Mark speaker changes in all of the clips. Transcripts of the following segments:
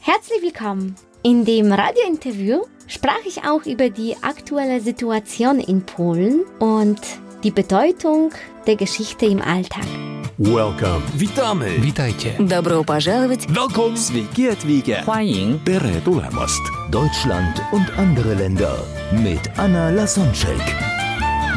Speaker 1: Herzlich willkommen! In dem Radiointerview sprach ich auch über die aktuelle Situation in Polen und die Bedeutung der Geschichte im Alltag.
Speaker 2: Welcome.
Speaker 3: Witamy!
Speaker 4: Witajcie.
Speaker 5: Добро пожаловать
Speaker 3: Welcome!
Speaker 6: Sveiki atvykę.
Speaker 4: 欢迎
Speaker 2: Tere Dulamast.
Speaker 7: Deutschland und andere Länder mit Anna Lasonczek.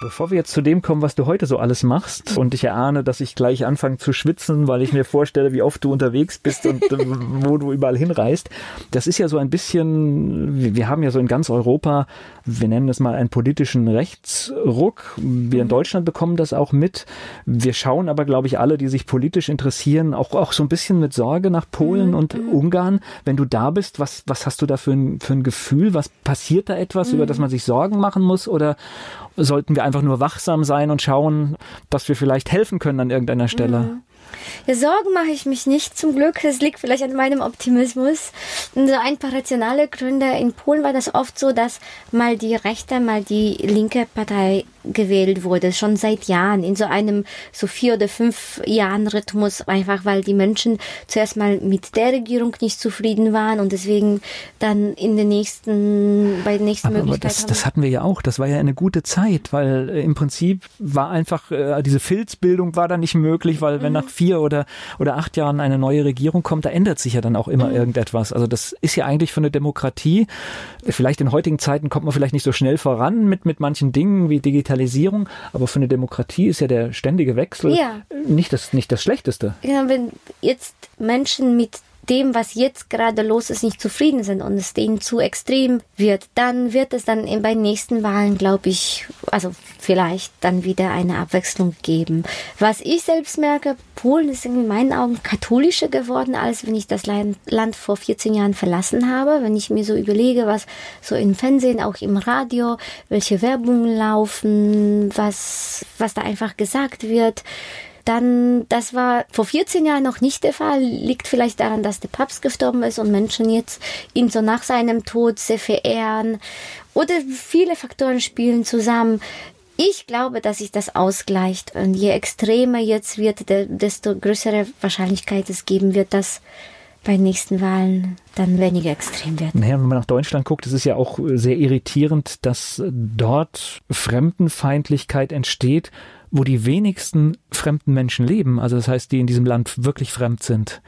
Speaker 8: Bevor wir jetzt zu dem kommen, was du heute so alles machst, und ich erahne, dass ich gleich anfange zu schwitzen, weil ich mir vorstelle, wie oft du unterwegs bist und äh, wo du überall hinreist, das ist ja so ein bisschen, wir- wir haben ja so in ganz Europa, wir nennen es mal einen politischen Rechtsruck. Wir in Deutschland bekommen das auch mit. Wir schauen aber, glaube ich, alle, die sich politisch interessieren, auch, auch so ein bisschen mit Sorge nach Polen und Ungarn. Wenn du da bist, was, was hast du da für ein, für ein Gefühl? Was passiert da etwas, über das man sich Sorgen machen muss? Oder sollten wir einfach nur wachsam sein und schauen, dass wir vielleicht helfen können an irgendeiner Stelle.
Speaker 1: Ja, Sorgen mache ich mich nicht zum Glück. Es liegt vielleicht an meinem Optimismus. Und so ein paar rationale Gründe. In Polen war das oft so, dass mal die rechte, mal die linke Partei gewählt wurde. Schon seit Jahren. In so einem so vier oder fünf Jahren Rhythmus. Einfach weil die Menschen zuerst mal mit der Regierung nicht zufrieden waren und deswegen dann in den nächsten, bei den nächsten
Speaker 8: Aber, aber
Speaker 1: Möglichkeiten.
Speaker 8: das, das hatten wir ja auch. Das war ja eine gute Zeit, weil äh, im Prinzip war einfach äh, diese Filzbildung war da nicht möglich, weil wenn nach vier oder, oder acht Jahren eine neue Regierung kommt, da ändert sich ja dann auch immer irgendetwas. Also das ist ja eigentlich für eine Demokratie. Vielleicht in heutigen Zeiten kommt man vielleicht nicht so schnell voran mit, mit manchen Dingen wie Digitalisierung, aber für eine Demokratie ist ja der ständige Wechsel
Speaker 1: Ja.
Speaker 8: äh, nicht, das, nicht das Schlechteste.
Speaker 1: Genau, wenn jetzt Menschen mit dem, was jetzt gerade los ist, nicht zufrieden sind und es denen zu extrem wird, dann wird es dann in, bei den nächsten Wahlen, glaube ich, also vielleicht dann wieder eine Abwechslung geben. Was ich selbst merke, Polen ist in meinen Augen katholischer geworden, als wenn ich das Lein- Land vor 14 Jahren verlassen habe. Wenn ich mir so überlege, was so im Fernsehen, auch im Radio, welche Werbungen laufen, was, was da einfach gesagt wird, dann, das war vor 14 Jahren noch nicht der Fall. Liegt vielleicht daran, dass der Papst gestorben ist und Menschen jetzt ihn so nach seinem Tod sehr verehren. Oder viele Faktoren spielen zusammen. Ich glaube, dass sich das ausgleicht. Und je extremer jetzt wird, de- desto größere Wahrscheinlichkeit es geben wird, dass bei den nächsten Wahlen dann weniger extrem wird.
Speaker 8: Naja, wenn man nach Deutschland guckt, es ist ja auch äh, sehr irritierend, dass äh, dort Fremdenfeindlichkeit entsteht, wo die wenigsten fremden Menschen leben. Also das heißt, die in diesem Land wirklich fremd sind.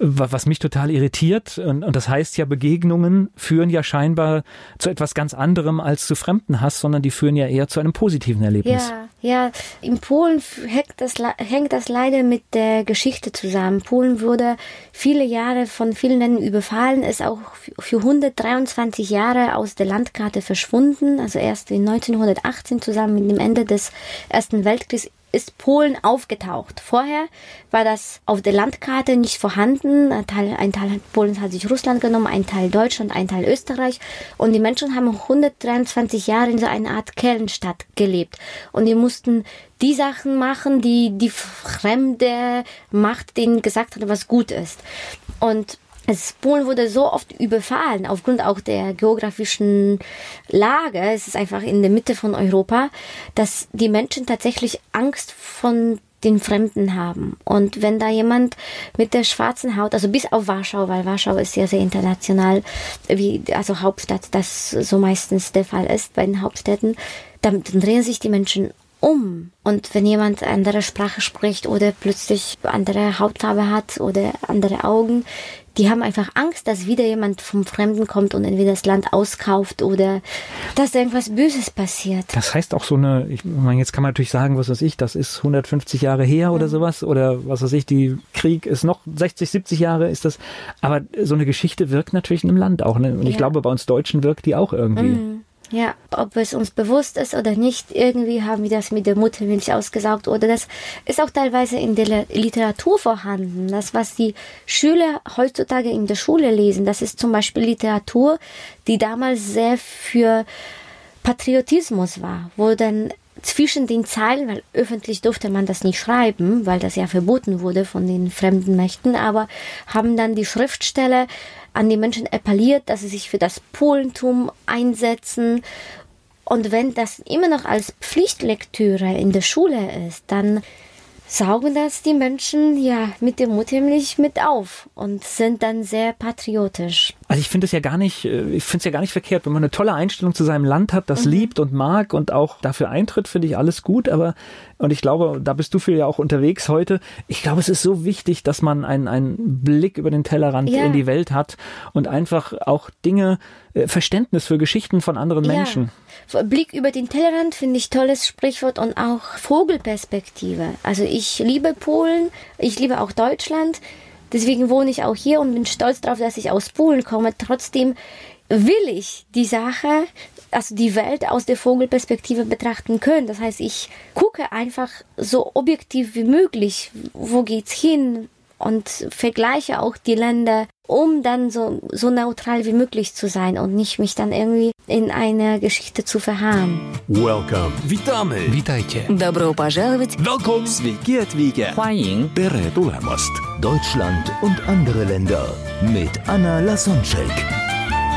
Speaker 8: Wa- Was mich total irritiert. Und, und das heißt ja, Begegnungen führen ja scheinbar zu etwas ganz anderem als zu Fremdenhass, sondern die führen ja eher zu einem positiven Erlebnis.
Speaker 1: Ja, ja. In Polen f- hängt das, le- hängt das leider mit der Geschichte zusammen. Polen wurde viele Jahre von vielen Ländern überfallen, ist auch f- für 123 Jahre aus der Landkarte verschwunden. Also erst in 1918 zusammen mit dem Ende des Ersten Weltkriegs ist Polen aufgetaucht. Vorher war das auf der Landkarte nicht vorhanden. Ein Teil, ein Teil Polens hat sich Russland genommen, ein Teil Deutschland, ein Teil Österreich. Und die Menschen haben 123 Jahre in so einer Art Kellenstadt gelebt. Und die mussten die Sachen machen, die die fremde Macht denen gesagt hat, was gut ist. Und es, Polen wurde so oft überfallen, aufgrund auch der geografischen Lage, es ist einfach in der Mitte von Europa, dass die Menschen tatsächlich Angst von den Fremden haben. Und wenn da jemand mit der schwarzen Haut, also bis auf Warschau, weil Warschau ist ja sehr international, wie, also Hauptstadt, das so meistens der Fall ist bei den Hauptstädten, dann, dann drehen sich die Menschen um. Und wenn jemand andere Sprache spricht oder plötzlich andere Hautfarbe hat oder andere Augen, die haben einfach Angst, dass wieder jemand vom Fremden kommt und entweder das Land auskauft oder dass irgendwas Böses passiert.
Speaker 8: Das heißt auch so eine, ich meine, jetzt kann man natürlich sagen, was weiß ich, das ist 150 Jahre her oder sowas oder was weiß ich, die Krieg ist noch 60, 70 Jahre ist das. Aber so eine Geschichte wirkt natürlich in einem Land auch. Ne? Und ich
Speaker 1: Ja.
Speaker 8: glaube, bei uns Deutschen wirkt die auch irgendwie.
Speaker 1: Ja, ob es uns bewusst ist oder nicht, irgendwie haben wir das mit der Muttermilch ausgesaugt oder das ist auch teilweise in der Le- Literatur vorhanden. Das, was die Schüler heutzutage in der Schule lesen, das ist zum Beispiel Literatur, die damals sehr für Patriotismus war, wo dann zwischen den Zeilen, weil öffentlich durfte man das nicht schreiben, weil das ja verboten wurde von den fremden Mächten, aber haben dann die Schriftsteller an die Menschen appelliert, dass sie sich für das Polentum einsetzen. Und wenn das immer noch als Pflichtlektüre in der Schule ist, dann saugen das die Menschen ja mit dem Muttermilch mit auf und sind dann sehr patriotisch.
Speaker 8: Also ich finde es ja gar nicht, äh, ich finde es ja gar nicht verkehrt, wenn man eine tolle Einstellung zu seinem Land hat,
Speaker 1: Mhm.
Speaker 8: das liebt und mag und auch dafür eintritt, finde ich alles gut. Aber und ich glaube, da bist du viel ja auch unterwegs heute. Ich glaube, es ist so wichtig, dass man einen, einen Blick über den Tellerrand
Speaker 1: Ja.
Speaker 8: in die Welt hat und einfach auch Dinge, äh, Verständnis für Geschichten von anderen Menschen.
Speaker 1: Ja. Blick über den Tellerrand finde ich tolles Sprichwort und auch Vogelperspektive. Also ich liebe Polen, ich liebe auch Deutschland. Deswegen wohne ich auch hier und bin stolz darauf, dass ich aus Polen komme. Trotzdem will ich die Sache, also die Welt aus der Vogelperspektive betrachten können. Das heißt, ich gucke einfach so objektiv wie möglich, wo geht's hin und vergleiche auch die Länder, um dann so, so neutral wie möglich zu sein und nicht mich dann irgendwie in eine Geschichte zu verharren.
Speaker 2: Welcome.
Speaker 3: Witamy!
Speaker 4: Witajcie.
Speaker 5: Добро пожаловать
Speaker 3: Welkom! Sveiki atvykę!
Speaker 2: Tere tulemast!
Speaker 7: Deutschland und andere Länder mit Anna Lasonczek.